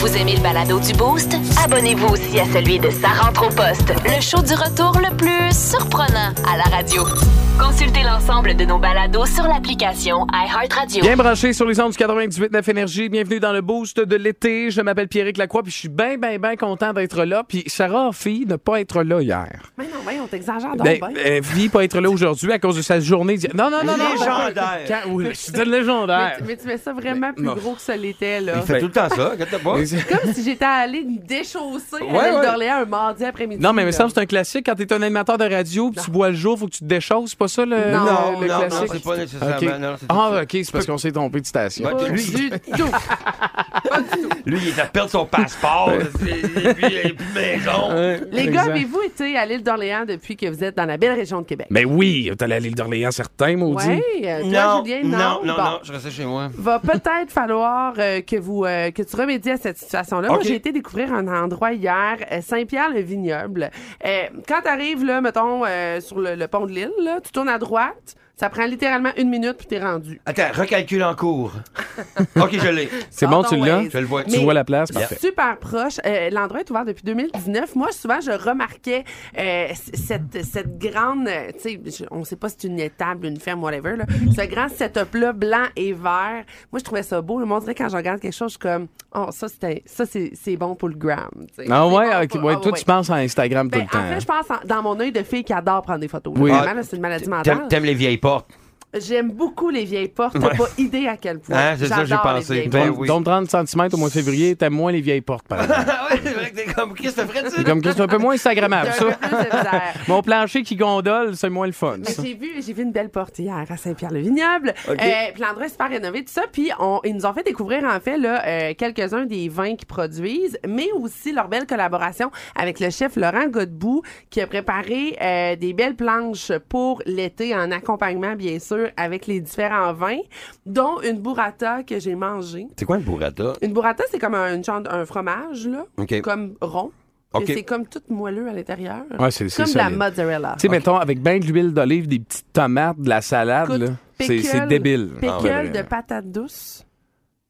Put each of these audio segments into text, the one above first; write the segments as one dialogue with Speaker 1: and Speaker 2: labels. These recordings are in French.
Speaker 1: Vous aimez le balado du Boost? Abonnez-vous aussi à celui de Sa rentre au poste, le show du retour le plus surprenant à la radio. Consultez l'ensemble de nos balados sur l'application iHeartRadio.
Speaker 2: Bien branché sur les ondes du 98.9 Énergie. Bienvenue dans le boost de l'été. Je m'appelle Pierrick Lacroix, puis je suis bien, bien, bien content d'être là. Puis Sarah a fille ne pas être là hier.
Speaker 3: Mais non, ben, on t'exagère donc
Speaker 2: Ben,
Speaker 3: ben.
Speaker 2: euh, Vie pas être là aujourd'hui à cause de sa journée. d'hier. Non,
Speaker 4: Ah,
Speaker 2: non, non, non.
Speaker 4: Légendaire.
Speaker 2: Quand- oui, c'est
Speaker 3: Mais,
Speaker 2: légendaire.
Speaker 3: tu- mais tu mets ça vraiment plus
Speaker 2: Mais-
Speaker 3: gros que ça l'était, là.
Speaker 4: Il fait tout le temps ça, inquiète pas.
Speaker 3: Comme si j'étais allée me déchausser à
Speaker 4: Ouais,
Speaker 3: l'île
Speaker 4: ouais.
Speaker 3: d'Orléans un mardi après-midi.
Speaker 2: Non, mais il me
Speaker 3: là.
Speaker 2: semble que c'est un classique. Quand t'es un animateur de radio, puis tu bois le jour, faut que tu te déchausses. C'est pas ça le,
Speaker 3: Non,
Speaker 2: le-
Speaker 4: Non,
Speaker 2: le
Speaker 4: non, non,
Speaker 2: classique?
Speaker 4: c'est pas
Speaker 2: Ok.
Speaker 4: nécessairement. non, c'est tout
Speaker 2: Ah,
Speaker 4: ça.
Speaker 2: ok, c'est parce qu'on s'est trompé de station.
Speaker 4: Ouais,
Speaker 3: Pas
Speaker 4: lui,
Speaker 3: du tout.
Speaker 4: Lui, il est à perdre son passeport. et puis, il a plus de maison.
Speaker 3: Les gars, avez-vous été à l'île d'Orléans depuis que vous êtes dans la belle région de Québec?
Speaker 2: Mais Ben oui, t'es allé à l'île d'Orléans, certains, maudit.
Speaker 3: Oui, toi,
Speaker 4: Euh, Non,
Speaker 3: Julien,
Speaker 4: non, non,
Speaker 3: Bon.
Speaker 4: non, je restais chez moi.
Speaker 3: Va peut-être falloir euh, que vous euh, que tu remédies à cette situation-là. Moi,
Speaker 4: Ok.
Speaker 3: j'ai été découvrir un endroit hier, euh, Saint-Pierre-le-Vignoble. Euh, quand t'arrives là, mettons euh, sur le, le pont de l'île, là, tu tournes à droite, ça prend littéralement une minute puis t'es rendu.
Speaker 4: Attends, recalcule en cours. OK, je l'ai.
Speaker 2: C'est bon, tu l'as?
Speaker 4: Je le vois.
Speaker 2: Tu
Speaker 3: Mais-
Speaker 2: vois la place? Parfait.
Speaker 3: Super proche. Euh, L'endroit est ouvert depuis 2019. Moi, souvent, je remarquais euh, c- cette, cette grande, euh, tu sais, je- on sait pas si c'est une étable, une ferme, whatever, là. ce grand setup-là, blanc et vert. Moi, je trouvais ça beau. Le monde dirait quand je regarde quelque chose, je suis comme, oh, ça, c'était- ça, c'est c'est bon pour le gram. tu sais.
Speaker 2: Ah
Speaker 3: C'est
Speaker 2: ouais,
Speaker 3: bon
Speaker 2: ok,
Speaker 3: pour-
Speaker 2: ouais,
Speaker 3: ah
Speaker 2: toi
Speaker 3: ouais.
Speaker 2: tu penses à Instagram
Speaker 3: Ben,
Speaker 2: tout le temps. hein.
Speaker 3: en fait, je pense en- dans mon œil de fille qui adore prendre des photos. là.
Speaker 2: Oui.
Speaker 3: Vraiment, là, c'est une maladie
Speaker 4: T'aimes
Speaker 3: mentale.
Speaker 4: t'aimes les vieilles portes.
Speaker 3: J'aime beaucoup les vieilles portes. T'as pas idée à quel point.
Speaker 4: Hein, c'est ça que j'ai
Speaker 3: J'adore les
Speaker 4: pensé.
Speaker 3: vieilles
Speaker 4: Ben
Speaker 3: portes.
Speaker 2: Donc,
Speaker 4: oui.
Speaker 2: donc 30 cm au mois de février, t'aimes moins les vieilles portes, par exemple.
Speaker 4: Ah ouais, c'est vrai que t'es comme Chris, t'as fait ça?
Speaker 2: C'est comme que c'est un peu moins Instagrammable,
Speaker 3: C'est un
Speaker 2: ça.
Speaker 3: peu plus de misère.
Speaker 2: Mon plancher qui gondole, c'est moins le fun.
Speaker 3: Mais
Speaker 2: ça.
Speaker 3: j'ai vu, j'ai vu une belle porte hier à Saint-Pierre-le-Vignoble.
Speaker 4: OK.
Speaker 3: Euh, puis l'endroit est super rénové, tout ça. Puis on, ils nous ont fait découvrir, en fait, là, euh, quelques-uns des vins qu'ils produisent, mais aussi leur belle collaboration avec le chef Laurent Godbout, qui a préparé euh, des belles planches pour l'été en accompagnement, bien sûr, avec les différents vins, dont une burrata que j'ai mangée.
Speaker 4: C'est quoi une burrata?
Speaker 3: Une burrata, c'est comme un, une genre de- un fromage, là,
Speaker 4: OK.
Speaker 3: comme rond.
Speaker 4: OK.
Speaker 3: Et C'est comme tout moelleux à l'intérieur.
Speaker 2: Ouais, c'est- c'est
Speaker 3: comme de la
Speaker 2: solide.
Speaker 3: mozzarella.
Speaker 2: Tu sais, mettons, avec ben de l'huile d'olive, des petites tomates, de la salade,
Speaker 3: Écoute,
Speaker 2: là, c'est
Speaker 3: pickle-
Speaker 2: c'est débile.
Speaker 3: Pickle
Speaker 2: Ah ouais.
Speaker 3: de patates douces.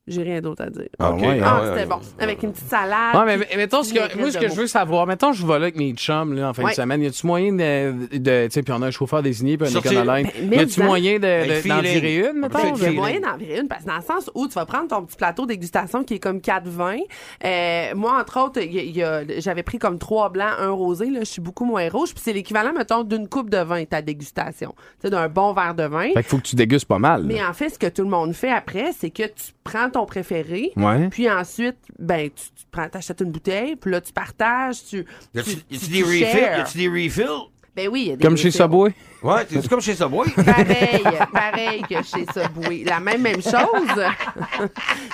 Speaker 3: J'ai rien d'autre à dire.
Speaker 2: Ah ouais,
Speaker 3: Ah,
Speaker 4: ouais,
Speaker 3: c'était
Speaker 4: ouais.
Speaker 3: bon. Avec une petite salade.
Speaker 2: Ouais, mais
Speaker 3: Ah, puis
Speaker 2: mais mettons, ce
Speaker 3: des
Speaker 2: que, moi, ce
Speaker 3: restes
Speaker 2: que
Speaker 3: de
Speaker 2: je
Speaker 3: mots.
Speaker 2: veux savoir, mettons, je vais là avec mes chums, là, en fin
Speaker 3: Ouais.
Speaker 2: de semaine, y a-tu moyen de. de- tu sais, puis on a un chauffeur désigné, puis un
Speaker 4: Sortir.
Speaker 2: éconolègue.
Speaker 3: Ben, mais
Speaker 2: Y a-tu
Speaker 3: ça-
Speaker 2: moyen de-
Speaker 4: Ben,
Speaker 2: de- d'en
Speaker 4: feeling.
Speaker 2: tirer une,
Speaker 4: On peut
Speaker 2: mettons?
Speaker 4: faire
Speaker 3: Il y a
Speaker 4: feeling.
Speaker 3: moyen d'en virer une parce que dans le sens où tu vas prendre ton petit plateau dégustation qui est comme 4 vins. Euh, moi, entre autres, il y a- il y a- j'avais pris comme trois blancs, un rosé. Là, je suis beaucoup moins rouge. Puis c'est l'équivalent, mettons, d'une coupe de vin, ta dégustation. Tu sais, d'un bon verre de vin.
Speaker 2: Fait qu'il faut que tu dégustes pas mal.
Speaker 3: Mais en fait, ce que tout le monde fait après, c'est que tu prends ton préféré,
Speaker 2: Ouais.
Speaker 3: puis ensuite, ben, tu, tu prends, t'achètes une bouteille, puis là, tu partages, tu.
Speaker 4: Y
Speaker 3: tu-
Speaker 4: a-tu y a-tu
Speaker 3: tu-
Speaker 4: des
Speaker 3: tu
Speaker 4: refills? Y
Speaker 3: shares.
Speaker 4: a-tu des refills?
Speaker 3: Ben oui, il y a des
Speaker 2: Comme chez
Speaker 3: refills.
Speaker 2: Subway?
Speaker 4: Ouais, c'est comme chez Subway.
Speaker 3: Pareil, pareil que chez Subway. La même, même chose.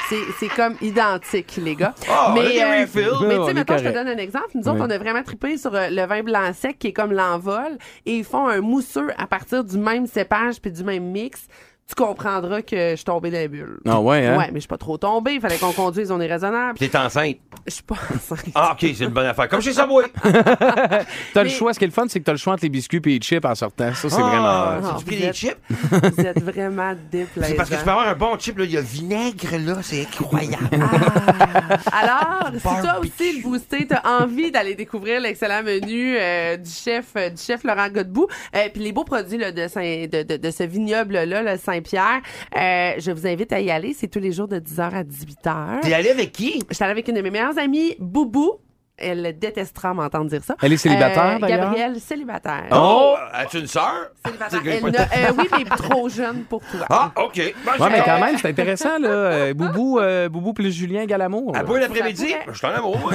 Speaker 3: c'est, c'est comme identique, les gars.
Speaker 4: Ah, on a des
Speaker 3: euh,
Speaker 4: refills.
Speaker 3: mais tu
Speaker 2: Ben, On est
Speaker 3: sais, maintenant, je te
Speaker 2: correct.
Speaker 3: donne un exemple. Nous autres,
Speaker 2: Oui.
Speaker 3: on a vraiment trippé sur euh, le vin blanc sec qui est comme l'envol et ils font un mousseux à partir du même cépage puis du même mix. Tu comprendras que je suis tombée dans la bulle.
Speaker 2: Ah ouais, hein?
Speaker 3: Ouais, mais je suis pas trop tombée. Il fallait qu'on conduise, on est raisonnable.
Speaker 4: T'es enceinte.
Speaker 3: Je suis pas enceinte.
Speaker 4: Ah, OK, c'est une bonne affaire. Comme chez Subway. Ah,
Speaker 2: T'as le
Speaker 3: Mais-
Speaker 2: choix. Ce qui est le fun, c'est que t'as le choix entre les biscuits et les chips en sortant. Ça, c'est
Speaker 4: Ah,
Speaker 2: vraiment.
Speaker 3: Ah,
Speaker 4: Tu pris
Speaker 3: vous
Speaker 4: des
Speaker 3: êtes-
Speaker 4: chips?
Speaker 3: Vous êtes vraiment déplaisant.
Speaker 4: C'est parce que tu peux avoir un bon chip, là. Il y a vinaigre, là. C'est incroyable.
Speaker 3: Alors, si toi
Speaker 4: Barbecue.
Speaker 3: aussi, le boosté, t'as envie d'aller découvrir l'excellent menu euh, du chef euh, du chef Laurent Godbout, euh, puis les beaux produits là, de, Saint- de, de- de ce vignoble-là, le Saint-Pierre, euh, je vous invite à y aller. C'est tous les jours de 10h à 18h.
Speaker 4: T'es allé avec qui?
Speaker 3: Je suis allée avec une de mes meilleures amies, Boubou. Elle détestera m'entendre dire ça. Euh,
Speaker 2: Elle est célibataire, d'ailleurs? Ah,
Speaker 3: Gabrielle, célibataire.
Speaker 4: Oh! As-tu une sœur?
Speaker 3: Célibataire.
Speaker 4: C'est que-
Speaker 3: Elle n'a- euh, oui, mais trop jeune pour toi.
Speaker 4: Ah, OK. Bon,
Speaker 2: Ouais, mais
Speaker 4: c'est-
Speaker 2: quand même, c'est intéressant, là. Euh, Boubou, euh, Boubou plus Julien Galamour.
Speaker 4: À
Speaker 2: là.
Speaker 4: bout l'après-midi,
Speaker 3: Ça pourrait.
Speaker 4: je suis en amour. moi.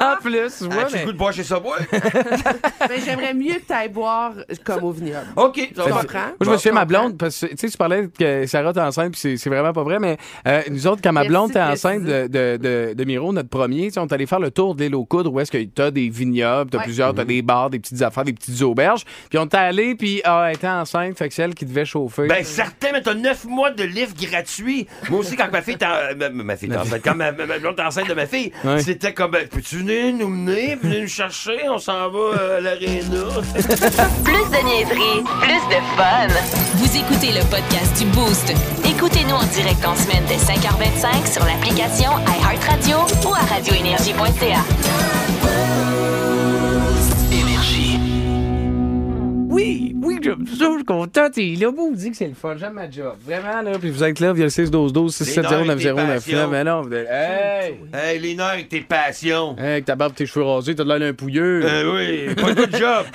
Speaker 2: En plus, tu vois,
Speaker 4: Ah, tu
Speaker 2: mais-
Speaker 4: le goût de boire chez Subway?
Speaker 2: Ah.
Speaker 3: Mais Ben, j'aimerais mieux que t'ailles boire comme au vignoble.
Speaker 4: OK, ça
Speaker 3: Tu
Speaker 2: ben,
Speaker 4: va.
Speaker 3: comprends?
Speaker 2: Moi, je me suis fait ma
Speaker 3: comprends.
Speaker 2: blonde, parce que tu sais, tu parlais que Sarah t'es enceinte, puis c'est- c'est vraiment pas vrai, mais euh, nous autres, quand ma
Speaker 3: Merci
Speaker 2: blonde
Speaker 3: de
Speaker 2: était enceinte de, de,
Speaker 3: préciser.
Speaker 2: de, de Miro, notre premier, tu sais, on est allé faire le tour de l'île aux coudes où est-ce que t'as des vignobles, t'as
Speaker 3: Ouais.
Speaker 2: plusieurs, t'as des bars, des petites affaires, des petites auberges. Puis on est allé, puis ah, elle était enceinte, fait que c'est elle qui devait chauffer.
Speaker 4: Ben, certain, mais t'as 9 mois de livres gratuits. Moi aussi, quand ma fille était en- euh, ma- ma fille était enceinte, quand ma, ma- ma blonde était enceinte de ma fille,
Speaker 2: Ouais.
Speaker 4: c'était comme, ben, peux-tu venir nous mener, venir nous chercher, on s'en va euh, à l'aréna.
Speaker 1: Plus de niaiserie, plus de fun. Vous écoutez le podcast du Boost. Écoutez-nous en direct en semaine dès 5h25 sur l'application iHeartRadio ou à radioénergie.ca.
Speaker 2: oui, oui, je je suis contente. Et là, vous vous dites que c'est le fun, j'aime ma job. Vraiment, là, puis vous êtes là via le 6 12 12 6 7 0 9 0 9
Speaker 4: Les dents et tes
Speaker 2: Mais non, vous êtes- hey!
Speaker 4: hey, les nerfs avec tes passions.
Speaker 2: Hey, avec ta barbe, tes cheveux rasés, t'as de l'air d'un pouilleux.
Speaker 4: Euh, oui, pas de good job.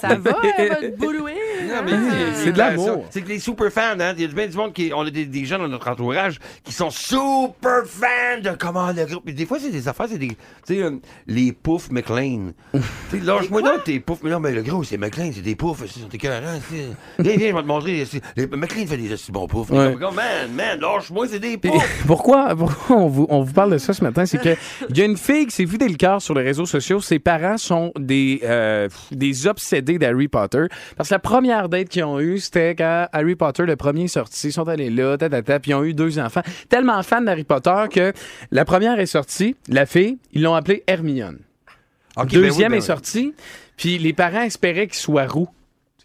Speaker 3: Ça va, euh, votre bouloué?
Speaker 4: Non, mais c'est-
Speaker 2: Ah. C'est de
Speaker 4: clair,
Speaker 2: l'amour.
Speaker 4: ça. C'est que les super fans, hein. Il y a bien du monde qui. On a des, des gens dans notre entourage qui sont super fans de comment le groupe. Et des fois, c'est des affaires, c'est des. Tu sais, euh, les poufs McLean. tu sais, lâche-moi donc tes poufs. Mais non, mais le gros, c'est McLean, c'est des poufs. Ils sont écœurants. hein, c'est- Viens, viens, je vais te montrer. c'est- les- McLean fait des aussi bons poufs.
Speaker 2: Ouais.
Speaker 4: Comme, Man, man, lâche-moi, c'est des
Speaker 2: Puis,
Speaker 4: poufs.
Speaker 2: pourquoi, pourquoi on, vous, on vous parle de ça ce matin? C'est que il y a une fille qui s'est vidée le cœur sur les réseaux sociaux. Ses parents sont des, euh, des obsédés d'Harry Potter. Parce que la première date qu'ils ont eue, c'était quand Harry Potter, le premier est sorti. Ils sont allés là, ta, ta, ta, puis ils ont eu deux enfants. Tellement fans d'Harry Potter que la première est sortie, la fille, ils l'ont appelée Hermione.
Speaker 4: Ok, ben oui,
Speaker 2: Deuxième
Speaker 4: ben
Speaker 2: est
Speaker 4: oui.
Speaker 2: sorti, puis les parents espéraient qu'il soit roux.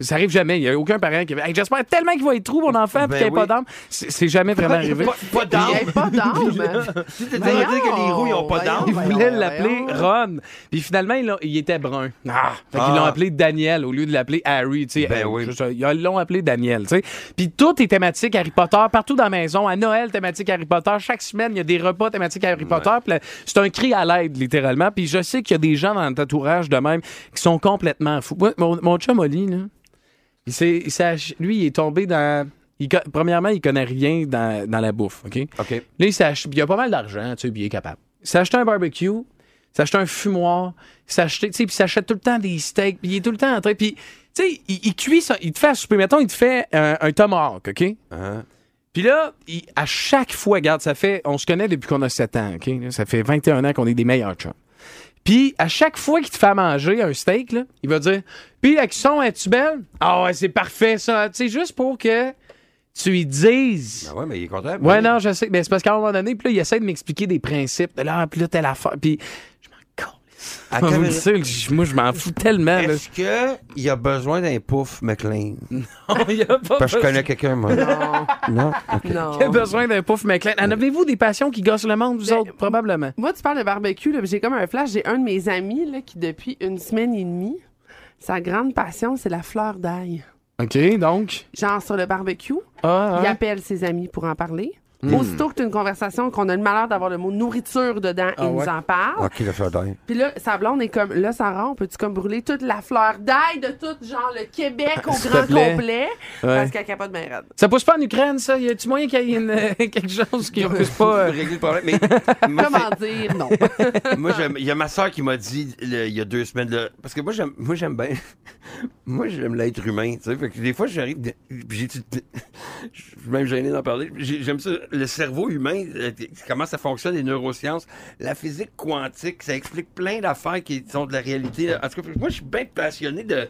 Speaker 2: Ça arrive jamais. Il n'y a aucun parent qui. Hey, J'espère tellement qu'il va être roux, mon enfant, puis
Speaker 4: Ben
Speaker 2: qu'il n'y
Speaker 4: oui.
Speaker 2: pas d'âme. C'est c'est jamais vraiment arrivé.
Speaker 4: Pas, pas d'âme.
Speaker 3: Il n'y a pas d'âme.
Speaker 4: Tu t'es dit que les roues, ils ont pas
Speaker 3: Voyons,
Speaker 4: d'âme.
Speaker 2: Ils voulaient
Speaker 3: voyons,
Speaker 2: l'appeler
Speaker 3: voyons.
Speaker 2: Ron. Puis finalement, ils l'ont- il était brun. Ah, fait
Speaker 4: Ah.
Speaker 2: qu'ils l'ont appelé Daniel au lieu de l'appeler Harry. tu sais.
Speaker 4: Ben
Speaker 2: Euh,
Speaker 4: oui.
Speaker 2: juste, euh, Ils l'ont appelé Daniel. tu sais. Puis tout est thématique Harry Potter. Partout dans la maison, à Noël, thématique Harry Potter. Chaque semaine, il y a des repas thématiques Harry Potter. Puis là, C'est un cri à l'aide, littéralement. Puis je sais qu'il y a des gens dans notre entourage de même qui sont complètement fous. Moi, mon, mon chum Oli, là, il s'est- il s'est ach- lui, il est tombé dans... il co- premièrement, il connaît rien dans, dans la bouffe, OK?
Speaker 4: Ok.
Speaker 2: Là, il s'est ach- il y a pas mal d'argent, tu sais, puis il est capable. Il s'est acheté un barbecue, il s'est acheté un fumoir, il s'est acheté, tu sais, puis il s'achète tout le temps des steaks, puis il est tout le temps en train, puis, tu sais, il, il cuit ça, il te fait à souper, mettons, il te fait un, un tomahawk, OK?
Speaker 4: Hein?
Speaker 2: Puis là, il- à chaque fois, regarde, ça fait, on se connaît depuis qu'on a 7 ans, OK? Là, Ça fait 21 ans qu'on est des meilleurs chums. Puis à chaque fois qu'il te fait à manger un steak, là, il va dire Puis la cuisson, es-tu belle? Ah ouais, c'est parfait ça. Tu sais, juste pour que tu lui dises.
Speaker 4: Ah ouais, mais il est content.
Speaker 2: Ouais, non, je sais. Mais c'est parce qu'à un moment donné, puis là, il essaie de m'expliquer des principes. De là, puis là, telle affaire. Puis je m'en calisse.
Speaker 4: À
Speaker 2: Vous
Speaker 4: quelle-
Speaker 2: le savez, je- Moi, je m'en fous tellement. là.
Speaker 4: Est-ce qu'il y a besoin d'un pouf McLean?
Speaker 2: Il y a pas
Speaker 4: Parce que je connais quelqu'un, moi.
Speaker 3: Non.
Speaker 4: Non.
Speaker 2: besoin- besoin d'un pouf McLean. En avez-vous des passions qui gossent le monde, vous
Speaker 3: Mais-
Speaker 2: autres? Probablement.
Speaker 3: Moi, tu parles de barbecue, là, puis j'ai comme un flash. J'ai un de mes amis là, qui, depuis une semaine et demie, sa grande passion, c'est la fleur d'ail.
Speaker 2: OK, donc.
Speaker 3: Genre sur le barbecue,
Speaker 2: Ah, Hmm.
Speaker 3: il
Speaker 2: ah.
Speaker 3: appelle ses amis pour en parler. Aussitôt que tu une conversation, qu'on a le malheur d'avoir le mot nourriture dedans,
Speaker 2: Ah
Speaker 3: il
Speaker 2: ouais.
Speaker 3: nous en parle.
Speaker 4: OK, le fleur d'ail.
Speaker 3: Puis là, sa blonde est comme, là, Sarah, on peut-tu comme brûler toute la fleur d'ail de tout, genre le Québec au
Speaker 2: S'il
Speaker 3: grand
Speaker 2: te plaît.
Speaker 3: complet? Parce qu'elle capote bien raide.
Speaker 2: Ça pousse pas en Ukraine, ça? Y a-tu moyen qu'il y ait une, euh, quelque chose qui pousse pas? euh,
Speaker 4: Régler le problème. Mais moi,
Speaker 3: Comment dire non?
Speaker 4: c'est- moi, j'aime- il y a ma soeur qui m'a dit le- il y a deux semaines, là, parce que moi, j'aime, moi, j'aime bien. Moi, j'aime l'être humain, tu sais. Fait que des fois, j'arrive. de- puis j'ai- Je suis même gêné d'en parler. J'ai- J'aime ça. Le cerveau humain, euh, comment ça fonctionne, les neurosciences, la physique quantique, ça explique plein d'affaires qui sont de la réalité. En tout cas, moi, je suis bien passionné de,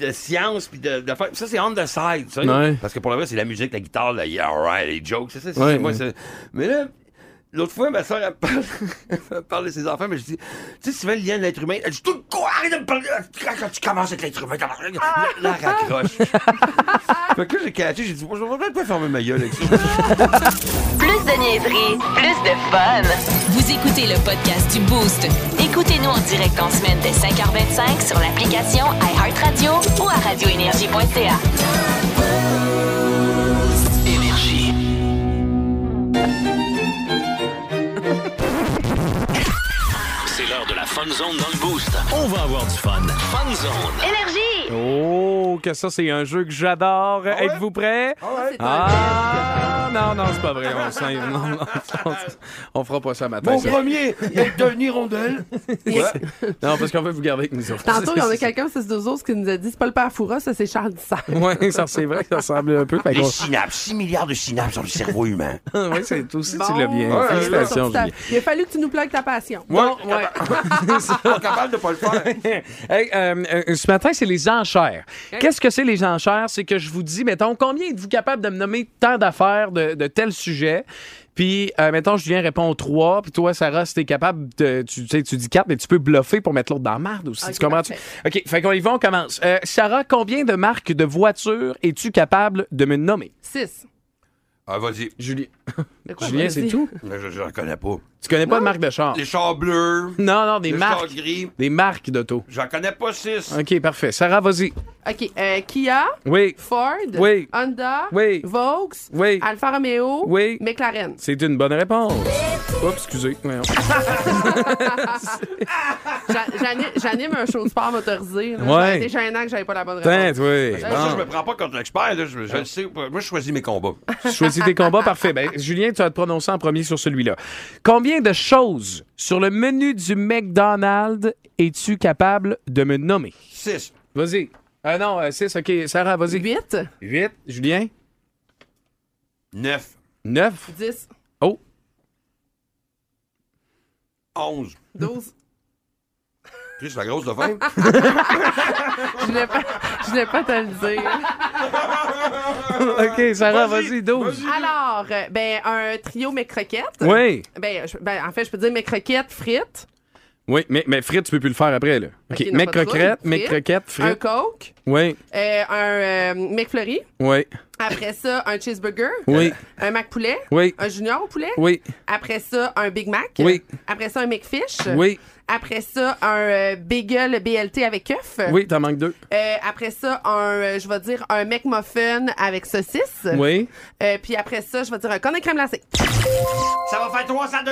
Speaker 4: de science puis de- d'affaires. Ça, c'est on the side, tu sais.
Speaker 2: Ouais.
Speaker 4: Parce que pour le vrai, c'est la musique, la guitare, la yeah, right, les jokes, c'est ça. c'est-
Speaker 2: Ouais,
Speaker 4: moi,
Speaker 2: ouais.
Speaker 4: c'est- Mais là, L'autre fois, ma soeur, elle parle, elle parle de ses enfants, mais je dis, tu sais, souvent le lien de l'être humain, elle dit, tout quoi, arrête de me parler, quand tu commences avec l'être humain, t'en parles. là, là, elle raccroche. fait que là, j'ai catché, j'ai dit, moi, je vais peut-être pas fermer ma gueule avec ça.
Speaker 1: Plus de niaiserie, plus de fun. Vous écoutez le podcast du Boost. Écoutez-nous en direct en semaine dès 5h25 sur l'application iHeartRadio ou à radioénergie.ca.
Speaker 5: C'est l'heure de la Fun Zone dans le Boost.
Speaker 6: On va avoir du fun.
Speaker 5: Fun Zone.
Speaker 1: Énergie!
Speaker 2: Oh, que ça, c'est un jeu que j'adore. Êtes-vous prêts?
Speaker 3: C'est un
Speaker 2: Ah, non, Non, non, c'est pas vrai. On, s'en- non, non, on- on fera pas ça matin.
Speaker 4: Mon
Speaker 2: ça.
Speaker 4: premier est une hirondelle.
Speaker 2: Non, parce qu'on veut vous garder avec nous autres.
Speaker 3: Tantôt, il y en a quelqu'un, c'est deux autres, qui nous a dit c'est pas le père Foura, ça c'est Charles Dissert.
Speaker 2: Oui, ça c'est vrai que ça ressemble un peu. Fait
Speaker 4: Les
Speaker 2: qu'on-
Speaker 4: synapses, 6 milliards de synapses dans le cerveau humain.
Speaker 2: oui, c'est tout aussi,
Speaker 3: Bon,
Speaker 2: tu l'as bien.
Speaker 3: c'est ça,
Speaker 2: Félicitations,
Speaker 3: c'est ça.
Speaker 2: Julien.
Speaker 3: Il a fallu que tu nous plaques ta passion.
Speaker 4: Moi,
Speaker 3: Bon, ouais.
Speaker 4: capable de pas le faire.
Speaker 2: Hey, euh, euh, ce matin, c'est les enchères. Qu'est-ce que c'est les enchères? C'est que je vous dis, mettons, combien êtes-vous capable de me nommer tant d'affaires de, de tel sujet? Puis, euh, mettons, Julien répond trois, puis toi, Sarah, si t'es capable, de, tu, tu sais, tu dis quatre, mais tu peux bluffer pour mettre l'autre dans la marde aussi.
Speaker 3: Ok,
Speaker 2: tu comprends?
Speaker 3: parfait.
Speaker 2: OK, fait qu'on y va, on commence. Euh, Sarah, combien de marques de voitures es-tu capable de me nommer?
Speaker 3: Six.
Speaker 4: Ah, vas-y.
Speaker 2: Julie.
Speaker 3: De quoi,
Speaker 2: Julien,
Speaker 3: vas-y.
Speaker 2: c'est tout?
Speaker 4: Mais Je, je la connais pas.
Speaker 2: Tu connais pas de marque de char?
Speaker 4: Les chars bleus,
Speaker 2: Non, non, des
Speaker 4: les chars
Speaker 2: marques.
Speaker 4: gris,
Speaker 2: Des marques d'auto.
Speaker 4: j'en connais pas six.
Speaker 2: OK, parfait. Sarah, vas-y.
Speaker 3: OK. euh, Kia,
Speaker 2: Oui.
Speaker 3: Ford,
Speaker 2: Oui.
Speaker 3: Honda,
Speaker 2: Oui.
Speaker 3: Vaux,
Speaker 2: Oui.
Speaker 3: Alfa Romeo,
Speaker 2: Oui.
Speaker 3: McLaren.
Speaker 2: C'est une bonne réponse. Oups, excusez. Voyons.
Speaker 3: Ah. J'a- j'ani- J'anime un show de sport motorisé. là.
Speaker 2: Ouais.
Speaker 3: Ça a été gênant que j'avais pas la bonne réponse.
Speaker 2: Tente,
Speaker 3: Ben,
Speaker 2: oui.
Speaker 4: Moi, ça, je me prends pas contre l'expert, là. Je, je le sais. Moi, je choisis mes combats.
Speaker 2: Tu choisis tes combats, parfait. Ben, Julien, tu vas te prononcer en premier sur celui-là. Combien de choses sur le menu du McDonald's es-tu capable de me nommer?
Speaker 4: Six.
Speaker 2: Vas-y. Ah non, 6, OK. Sarah, vas-y.
Speaker 3: Huit,
Speaker 2: 8. Julien?
Speaker 4: Neuf.
Speaker 2: 9.
Speaker 3: dix,
Speaker 2: Oh,
Speaker 4: Onze.
Speaker 3: douze.
Speaker 4: Chris, c'est la grosse de fin.
Speaker 3: Je voulais pas, je voulais pas te le dire.
Speaker 2: OK, Sarah, vas-y, 12.
Speaker 3: Alors, euh, ben, un trio mes croquettes.
Speaker 2: Oui.
Speaker 3: Ben, je- ben, en fait, je peux dire mes croquettes frites.
Speaker 2: Oui, mais, mais frites, tu peux plus le faire après, là. OK,
Speaker 3: Ok, non,
Speaker 2: mec
Speaker 3: pas de
Speaker 2: croquette,
Speaker 3: frites.
Speaker 2: mec croquette,
Speaker 3: Un
Speaker 2: frites.
Speaker 3: Coke.
Speaker 2: Oui,
Speaker 3: euh, un euh, McFlurry.
Speaker 2: oui,
Speaker 3: Après ça, un cheeseburger.
Speaker 2: oui,
Speaker 3: Un McPoulet.
Speaker 2: oui,
Speaker 3: Un junior au poulet.
Speaker 2: oui,
Speaker 3: Après ça, un Big Mac.
Speaker 2: Oui.
Speaker 3: Après ça, un McFish.
Speaker 2: oui,
Speaker 3: Après ça, un euh, bagel BLT avec œuf.
Speaker 2: oui, t'en manques deux.
Speaker 3: Euh, après ça, un, euh, je vais dire un McMuffin avec saucisse.
Speaker 2: Oui.
Speaker 3: Euh, puis après ça, je vais dire un con de crème glacée.
Speaker 4: Ça va faire 302,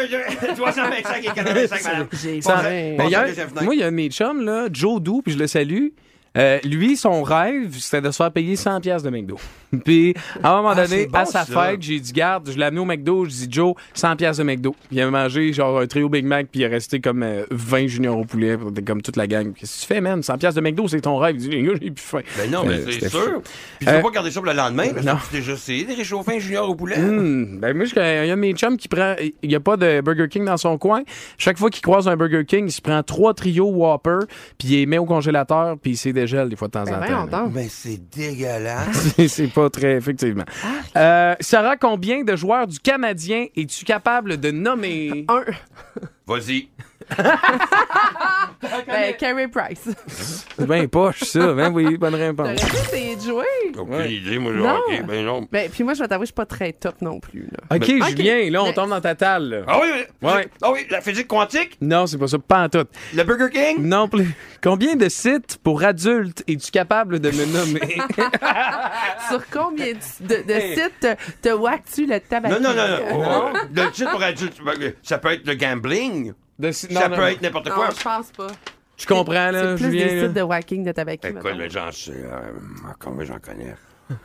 Speaker 4: 325 et 85, madame.
Speaker 3: J'ai
Speaker 4: Bon,
Speaker 3: faim.
Speaker 4: c'est-
Speaker 2: Mais
Speaker 4: bon,
Speaker 2: il y a-
Speaker 4: c'est la deuxième
Speaker 2: moi,
Speaker 4: fenêtre.
Speaker 2: il y a un de mes chums, là, Joe Doux, puis je le salue. Euh, lui, son rêve, c'était de se faire payer 100 pièces de McDo. Puis, à un moment donné,
Speaker 4: Ah, c'est bon,
Speaker 2: à sa
Speaker 4: ça.
Speaker 2: fête, j'ai dit, garde, je l'ai amené au McDo, je dis, Joe, 100 pièces de McDo. Puis, il a mangé, genre, un trio Big Mac, puis il est resté comme euh, 20 juniors au poulet, puis comme toute la gang. Qu'est-ce que tu fais, man? 100 pièces de McDo, c'est ton rêve. Il dit, les gars, j'ai plus faim.
Speaker 4: Ben non, mais
Speaker 2: Euh,
Speaker 4: c'est
Speaker 2: c'était
Speaker 4: sûr.
Speaker 2: fou.
Speaker 4: Puis tu peux
Speaker 2: Euh,
Speaker 4: pas garder ça pour le lendemain. Parce
Speaker 2: non.
Speaker 4: que tu t'es juste essayé de réchauffer un junior au poulet.
Speaker 2: Hmm, ben moi, je- il y a un de mes chums qui prend. Il n'y a pas de Burger King dans son coin. Chaque fois qu'il croise un Burger King, il se prend trois trios Whopper, puis il les met au congélateur, puis il s'est dégèle des fois de temps
Speaker 3: Ben,
Speaker 2: en
Speaker 3: voyons
Speaker 2: temps. là.
Speaker 3: donc.
Speaker 4: Mais c'est dégueulasse.
Speaker 2: C'est- C'est pas très, effectivement. Euh, Sarah, combien de joueurs du Canadien es-tu capable de nommer?
Speaker 3: Un,
Speaker 4: Vas-y.
Speaker 3: ben, Carey Price.
Speaker 2: Ben, poche, ça. Ben oui, bonne réponse.
Speaker 3: T'aurais pu essayer de jouer?
Speaker 4: Aucune idée, moi.
Speaker 3: Non.
Speaker 4: OK, ben non.
Speaker 3: Ben, puis moi, je vais t'avouer, je suis pas très top non plus. Là.
Speaker 2: OK,
Speaker 4: Ben-
Speaker 2: Julien, là, on
Speaker 3: Mais-
Speaker 2: tombe dans ta table. là.
Speaker 4: Ah oui, oui.
Speaker 2: Ouais.
Speaker 4: Ah oui, la physique quantique,
Speaker 2: Non, c'est pas ça, pas en tout.
Speaker 4: le Burger King.
Speaker 2: Non plus. Combien de sites pour adultes es-tu capable de me nommer?
Speaker 3: Sur combien de, de- de sites te, te whack-tu le tabac?
Speaker 4: Non, non, non, non. Oh, Le titre pour adulte, ça peut être le gambling.
Speaker 2: De si- non,
Speaker 4: ça
Speaker 2: non,
Speaker 4: peut
Speaker 2: non.
Speaker 4: être n'importe
Speaker 3: Non,
Speaker 4: quoi.
Speaker 3: je pense pas.
Speaker 2: Tu comprends, là,
Speaker 3: C'est plus
Speaker 2: Julien?
Speaker 3: des
Speaker 2: là?
Speaker 3: sites de whacking de tabac.
Speaker 4: Écoute, mais j'en sais. euh, combien j'en connais?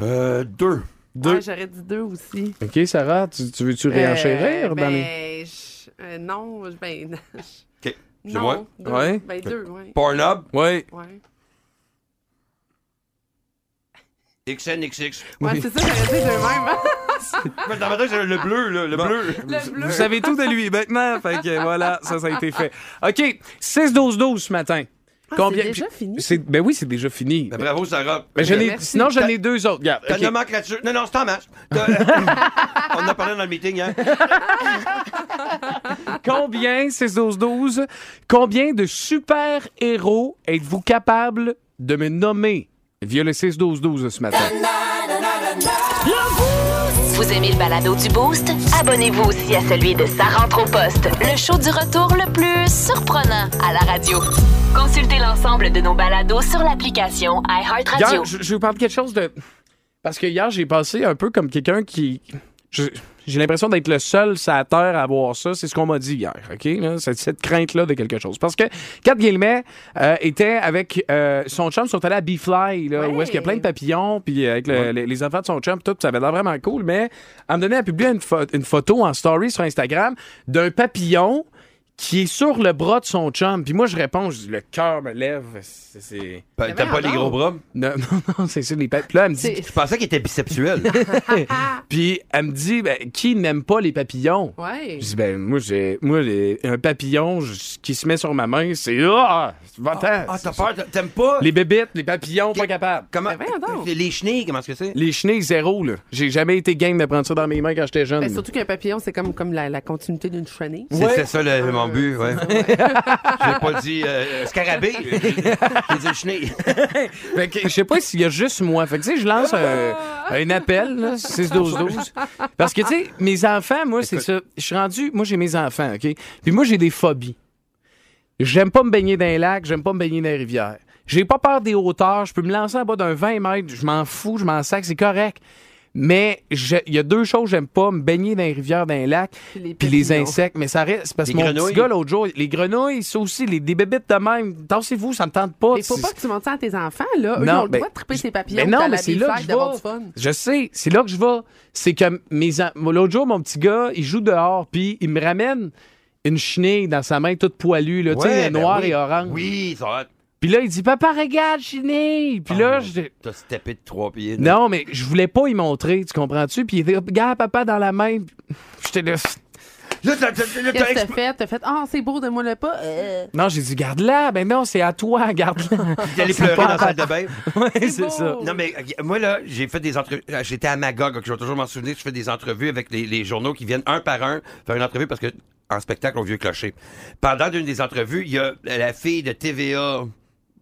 Speaker 4: Euh, deux.
Speaker 2: deux.
Speaker 3: J'aurais dit deux aussi.
Speaker 2: OK, Sarah, tu, tu veux-tu réenchérir
Speaker 3: Euh,
Speaker 2: dans
Speaker 3: ben,
Speaker 2: les...
Speaker 3: je- euh, non, je- ben. je-
Speaker 4: OK. C'est moi.
Speaker 3: non, deux.
Speaker 2: Ouais.
Speaker 3: Ben, deux, ouais.
Speaker 4: Pornhub,
Speaker 2: Oui.
Speaker 3: Ouais,
Speaker 4: XNXX.
Speaker 3: Ouais, c'est ça, j'aurais dit deux même.
Speaker 4: Mais Dans ma tête, c'est le bleu, là, le bleu.
Speaker 3: Le bleu.
Speaker 2: Vous savez tout de lui maintenant. Fait que voilà, ça, ça a été fait. OK, 6-12-12 ce matin.
Speaker 3: Ah, c'est déjà fini?
Speaker 2: c'est- Ben oui, c'est déjà fini.
Speaker 4: Ben, bravo, Sarah.
Speaker 2: Ben, j'en ai-
Speaker 3: Merci.
Speaker 2: Sinon, j'en ai deux autres. Regarde,
Speaker 4: T'as
Speaker 2: OK.
Speaker 4: nomenclature. Non, non, c'est en masse. T'as- euh, On en a parlé dans le meeting, hein?
Speaker 2: Combien, 6-12-12, combien de super-héros êtes-vous capable de me nommer via le 6-12-12 ce matin?
Speaker 1: Vous aimez le balado du Boost? Abonnez-vous aussi à celui de Sa rentre au poste, le show du retour le plus surprenant à la radio. Consultez l'ensemble de nos balados sur l'application iHeartRadio.
Speaker 2: Hier, je, je vous parle de quelque chose de. Parce que hier, j'ai passé un peu comme quelqu'un qui. Je, J'ai l'impression d'être le seul sur la Terre à voir ça. C'est ce qu'on m'a dit hier, OK? là? Cette, cette crainte-là de quelque chose. Parce que Kat Guillemets euh, était avec euh, son chum, ils sont allés à Bee-Fly, là, où est-ce qu'il y a plein de papillons, puis euh, avec le- les, les enfants de son chum, tout, ça avait l'air vraiment cool. Mais elle me donnait à publier une, pho- une photo en story sur Instagram d'un papillon qui est sur le bras de son chum. Puis moi, je réponds, je dis, le cœur me lève. C'est... c'est-
Speaker 4: T'as pas les gros bras?
Speaker 2: Non, non, non, c'est sur les papillons. Puis là, elle me dit,
Speaker 3: C'est-
Speaker 4: Je pensais qu'il était bisexuel.
Speaker 2: puis elle me dit, ben, qui n'aime pas les papillons?
Speaker 3: Ouais.
Speaker 2: Je dis, ben, moi, j'ai, moi, les- un papillon je- qui se met sur ma main, c'est, ah, va-t'en.
Speaker 4: ah, t'as peur? T'aimes pas?
Speaker 2: Les bébites, les papillons, pas capable.
Speaker 4: Comment?
Speaker 3: Ben, voyons donc.
Speaker 4: Les chenilles, comment est-ce que c'est?
Speaker 2: Les chenilles, zéro, là. J'ai jamais été game de prendre ça dans mes mains quand j'étais jeune.
Speaker 3: Ben, surtout qu'un papillon, c'est comme, comme la, la continuité d'une chenille.
Speaker 4: C'est c'est ça le- mon but, ouais. J'ai pas dit euh, scarabée, j'ai j'ai dit chenille.
Speaker 2: Fait que, je sais pas s'il y a juste moi. Fait que, tu sais, je lance un,
Speaker 3: Ah!
Speaker 2: un appel, là, 6-12-12. Parce que, tu sais, mes enfants, moi, c'est ça. Je suis rendu, moi, j'ai mes enfants, OK? Puis moi, j'ai des phobies. J'aime pas me baigner dans les lacs, j'aime pas me baigner dans les rivières. J'ai pas peur des hauteurs, je peux me lancer en bas d'un 20 mètres, je m'en fous, je m'en sac, c'est correct. Mais je- il y a deux choses que j'aime pas, me baigner dans les rivières, dans les lacs,
Speaker 3: Puis les
Speaker 2: puis les
Speaker 3: papillons.
Speaker 2: insectes. Mais ça reste, parce que
Speaker 4: Les
Speaker 2: mon
Speaker 4: grenouilles.
Speaker 2: petit gars l'autre jour, les grenouilles, ça aussi, les, des bébites de même, tassez-vous, ça me tente pas.
Speaker 3: Mais faut
Speaker 2: Oh, C'est-
Speaker 3: pas que tu montes ça à tes enfants, là. Ah, Eux,
Speaker 2: Non,
Speaker 3: ils ont le
Speaker 2: ben,
Speaker 3: droit de triper ses papillons.
Speaker 2: mais
Speaker 3: puis
Speaker 2: non,
Speaker 3: d'aller
Speaker 2: mais
Speaker 3: à
Speaker 2: c'est
Speaker 3: des
Speaker 2: là que
Speaker 3: fêtes,
Speaker 2: je
Speaker 3: d'avoir du
Speaker 2: vais.
Speaker 3: fun.
Speaker 2: Je sais, c'est là que je vais. C'est que mes en- moi, l'autre jour, mon petit gars, il joue dehors, puis il me ramène une chenille dans sa main toute poilue, là, tu sais,
Speaker 4: Ouais, ben
Speaker 2: noire
Speaker 4: oui.
Speaker 2: et orange.
Speaker 4: Oui, ça va.
Speaker 2: Puis là, il dit Papa, regarde, chenille. Puis
Speaker 4: Ah,
Speaker 2: là, je dis,
Speaker 4: T'as steppé de trois pieds. là.
Speaker 2: Non, mais je voulais pas y montrer, tu comprends-tu? Puis il dit Regarde, papa, dans la main. Puis J'étais là.
Speaker 4: Là, t'as- t'as- là, t'as
Speaker 3: Qu'est-ce que t'as
Speaker 4: exp-
Speaker 3: fait? T'as fait, ah, c'est beau, donne-moi le pas. Euh,
Speaker 2: Non, j'ai dit Garde-la. Ben non, c'est à toi, garde-la.
Speaker 4: t'es allé pleurer dans la salle de bain.
Speaker 2: ouais,
Speaker 3: beau.
Speaker 2: c'est ça.
Speaker 4: Non, mais ok, moi, là, j'ai fait des entrevues. J'étais à Magog, ok, je vais toujours m'en souvenir. Je fais des entrevues avec les, les journaux qui viennent un par un faire une entrevue parce que en spectacle, on vieux clocher. Pendant une des entrevues, il y a la fille de TVA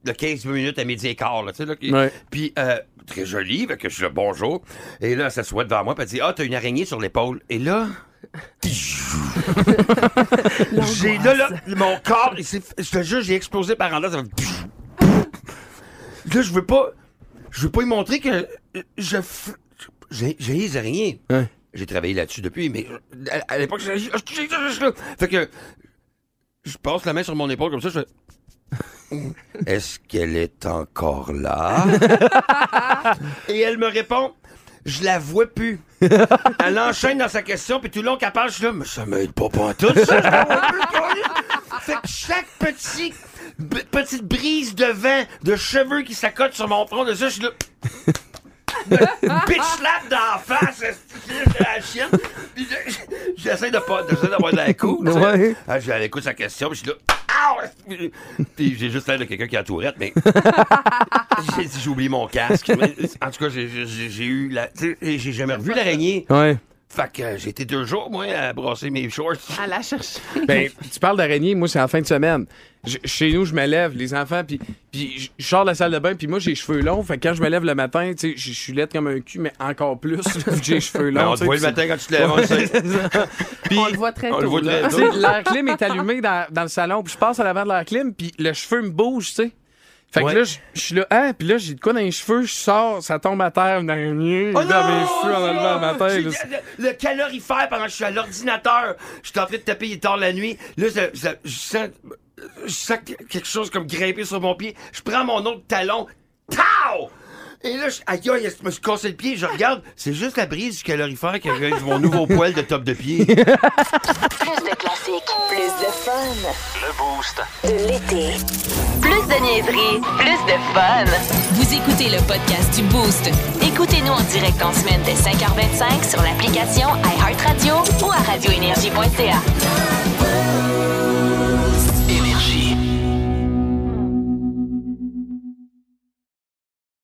Speaker 4: de 15 minutes à midi et quart, là, tu sais, là, qui-
Speaker 2: Ouais.
Speaker 4: Puis, euh, très jolie, fait que je le bonjour. Et là, elle s'assoit devant moi, puis elle dit Ah, t'as une araignée sur l'épaule. Et là. j'ai là, là, mon corps, il s'est- je te jure, j'ai explosé par en dedans, ça fait. Là, je veux pas. Je veux pas lui montrer que je. f- J'ai j'ai les araignées.
Speaker 2: Ouais.
Speaker 4: J'ai travaillé là-dessus depuis, mais à, à l'époque, j'ai. j'ai- j'ai- j'ai- j'ai- Fait que. Je passe la main sur mon épaule comme ça, je fais. Est-ce qu'elle est encore là? Et elle me répond, je la vois plus. elle enchaîne dans sa question, puis tout le long qu'elle parle, je suis là, mais ça m'aide pas pantoute, ça, je la vois plus, câlisse. Fait que chaque petit, b- petite brise de vent, de cheveux qui s'accotent sur mon front, de ça, je suis là... Me bitch slap d'en face, esti de la chienne. Puis je- J'essaie de pas, j'essaie d'avoir de la cool. tu sais.
Speaker 2: Ouais.
Speaker 4: Ah, je- elle écoute sa question, puis je suis là. Ow! Puis- Puis j'ai juste l'air de quelqu'un qui a la tourette, mais. j'ai dit, j'ai oublié mon casque. Mais, En tout cas, j'ai- j'ai j'ai eu la. tu sais, J'ai jamais revu l'araignée.
Speaker 2: Ouais.
Speaker 4: Fait que euh, j'ai été deux jours, moi, à brasser mes shorts.
Speaker 3: à la chercher.
Speaker 2: Ben, tu parles d'araignée, moi, c'est en fin de semaine. Je- chez nous, je me lève, les enfants, puis puis je- je sors de la salle de bain, puis moi, j'ai les cheveux longs. Fait que quand je me lève le matin, tu sais, je je suis laite comme un cul, mais encore plus, vu que j'ai les cheveux
Speaker 4: Ben,
Speaker 2: longs.
Speaker 4: on te voit le matin quand tu te lèves. on le sait.
Speaker 2: Puis,
Speaker 3: on le voit très
Speaker 4: on le
Speaker 3: tôt.
Speaker 4: voit
Speaker 3: là.
Speaker 4: très
Speaker 2: tu sais, l'air clim est allumé dans, dans le salon, puis je passe à l'avant de l'air clim, puis le cheveu me bouge, tu sais. Fait que
Speaker 4: Ouais.
Speaker 2: là, je je suis là, hein, puis là, j'ai de quoi dans les cheveux, je sors, ça tombe à terre, une araignée,
Speaker 4: Oh
Speaker 2: dans mes cheveux en me levant le matin.
Speaker 4: J'ai-
Speaker 2: là, c'est-
Speaker 4: Le, le calorifère pendant que je suis à l'ordinateur. Je suis en train de taper, il est tard la nuit. Là, je, je- je sens, je sens que- quelque chose comme grimper sur mon pied. Je prends mon autre talon. Tao! Et là, je, aïe, aïe, je me suis cassé le pied. Je regarde, c'est juste la brise du calorifère qui arrive mon nouveau poil de top de pied.
Speaker 1: Plus de classiques, plus de fun.
Speaker 5: Le Boost.
Speaker 1: De l'été. Plus de niaiserie, plus de fun. Vous écoutez le podcast du Boost. Écoutez-nous en direct en semaine dès 5h25 sur l'application iHeartRadio ou à radioénergie.ca.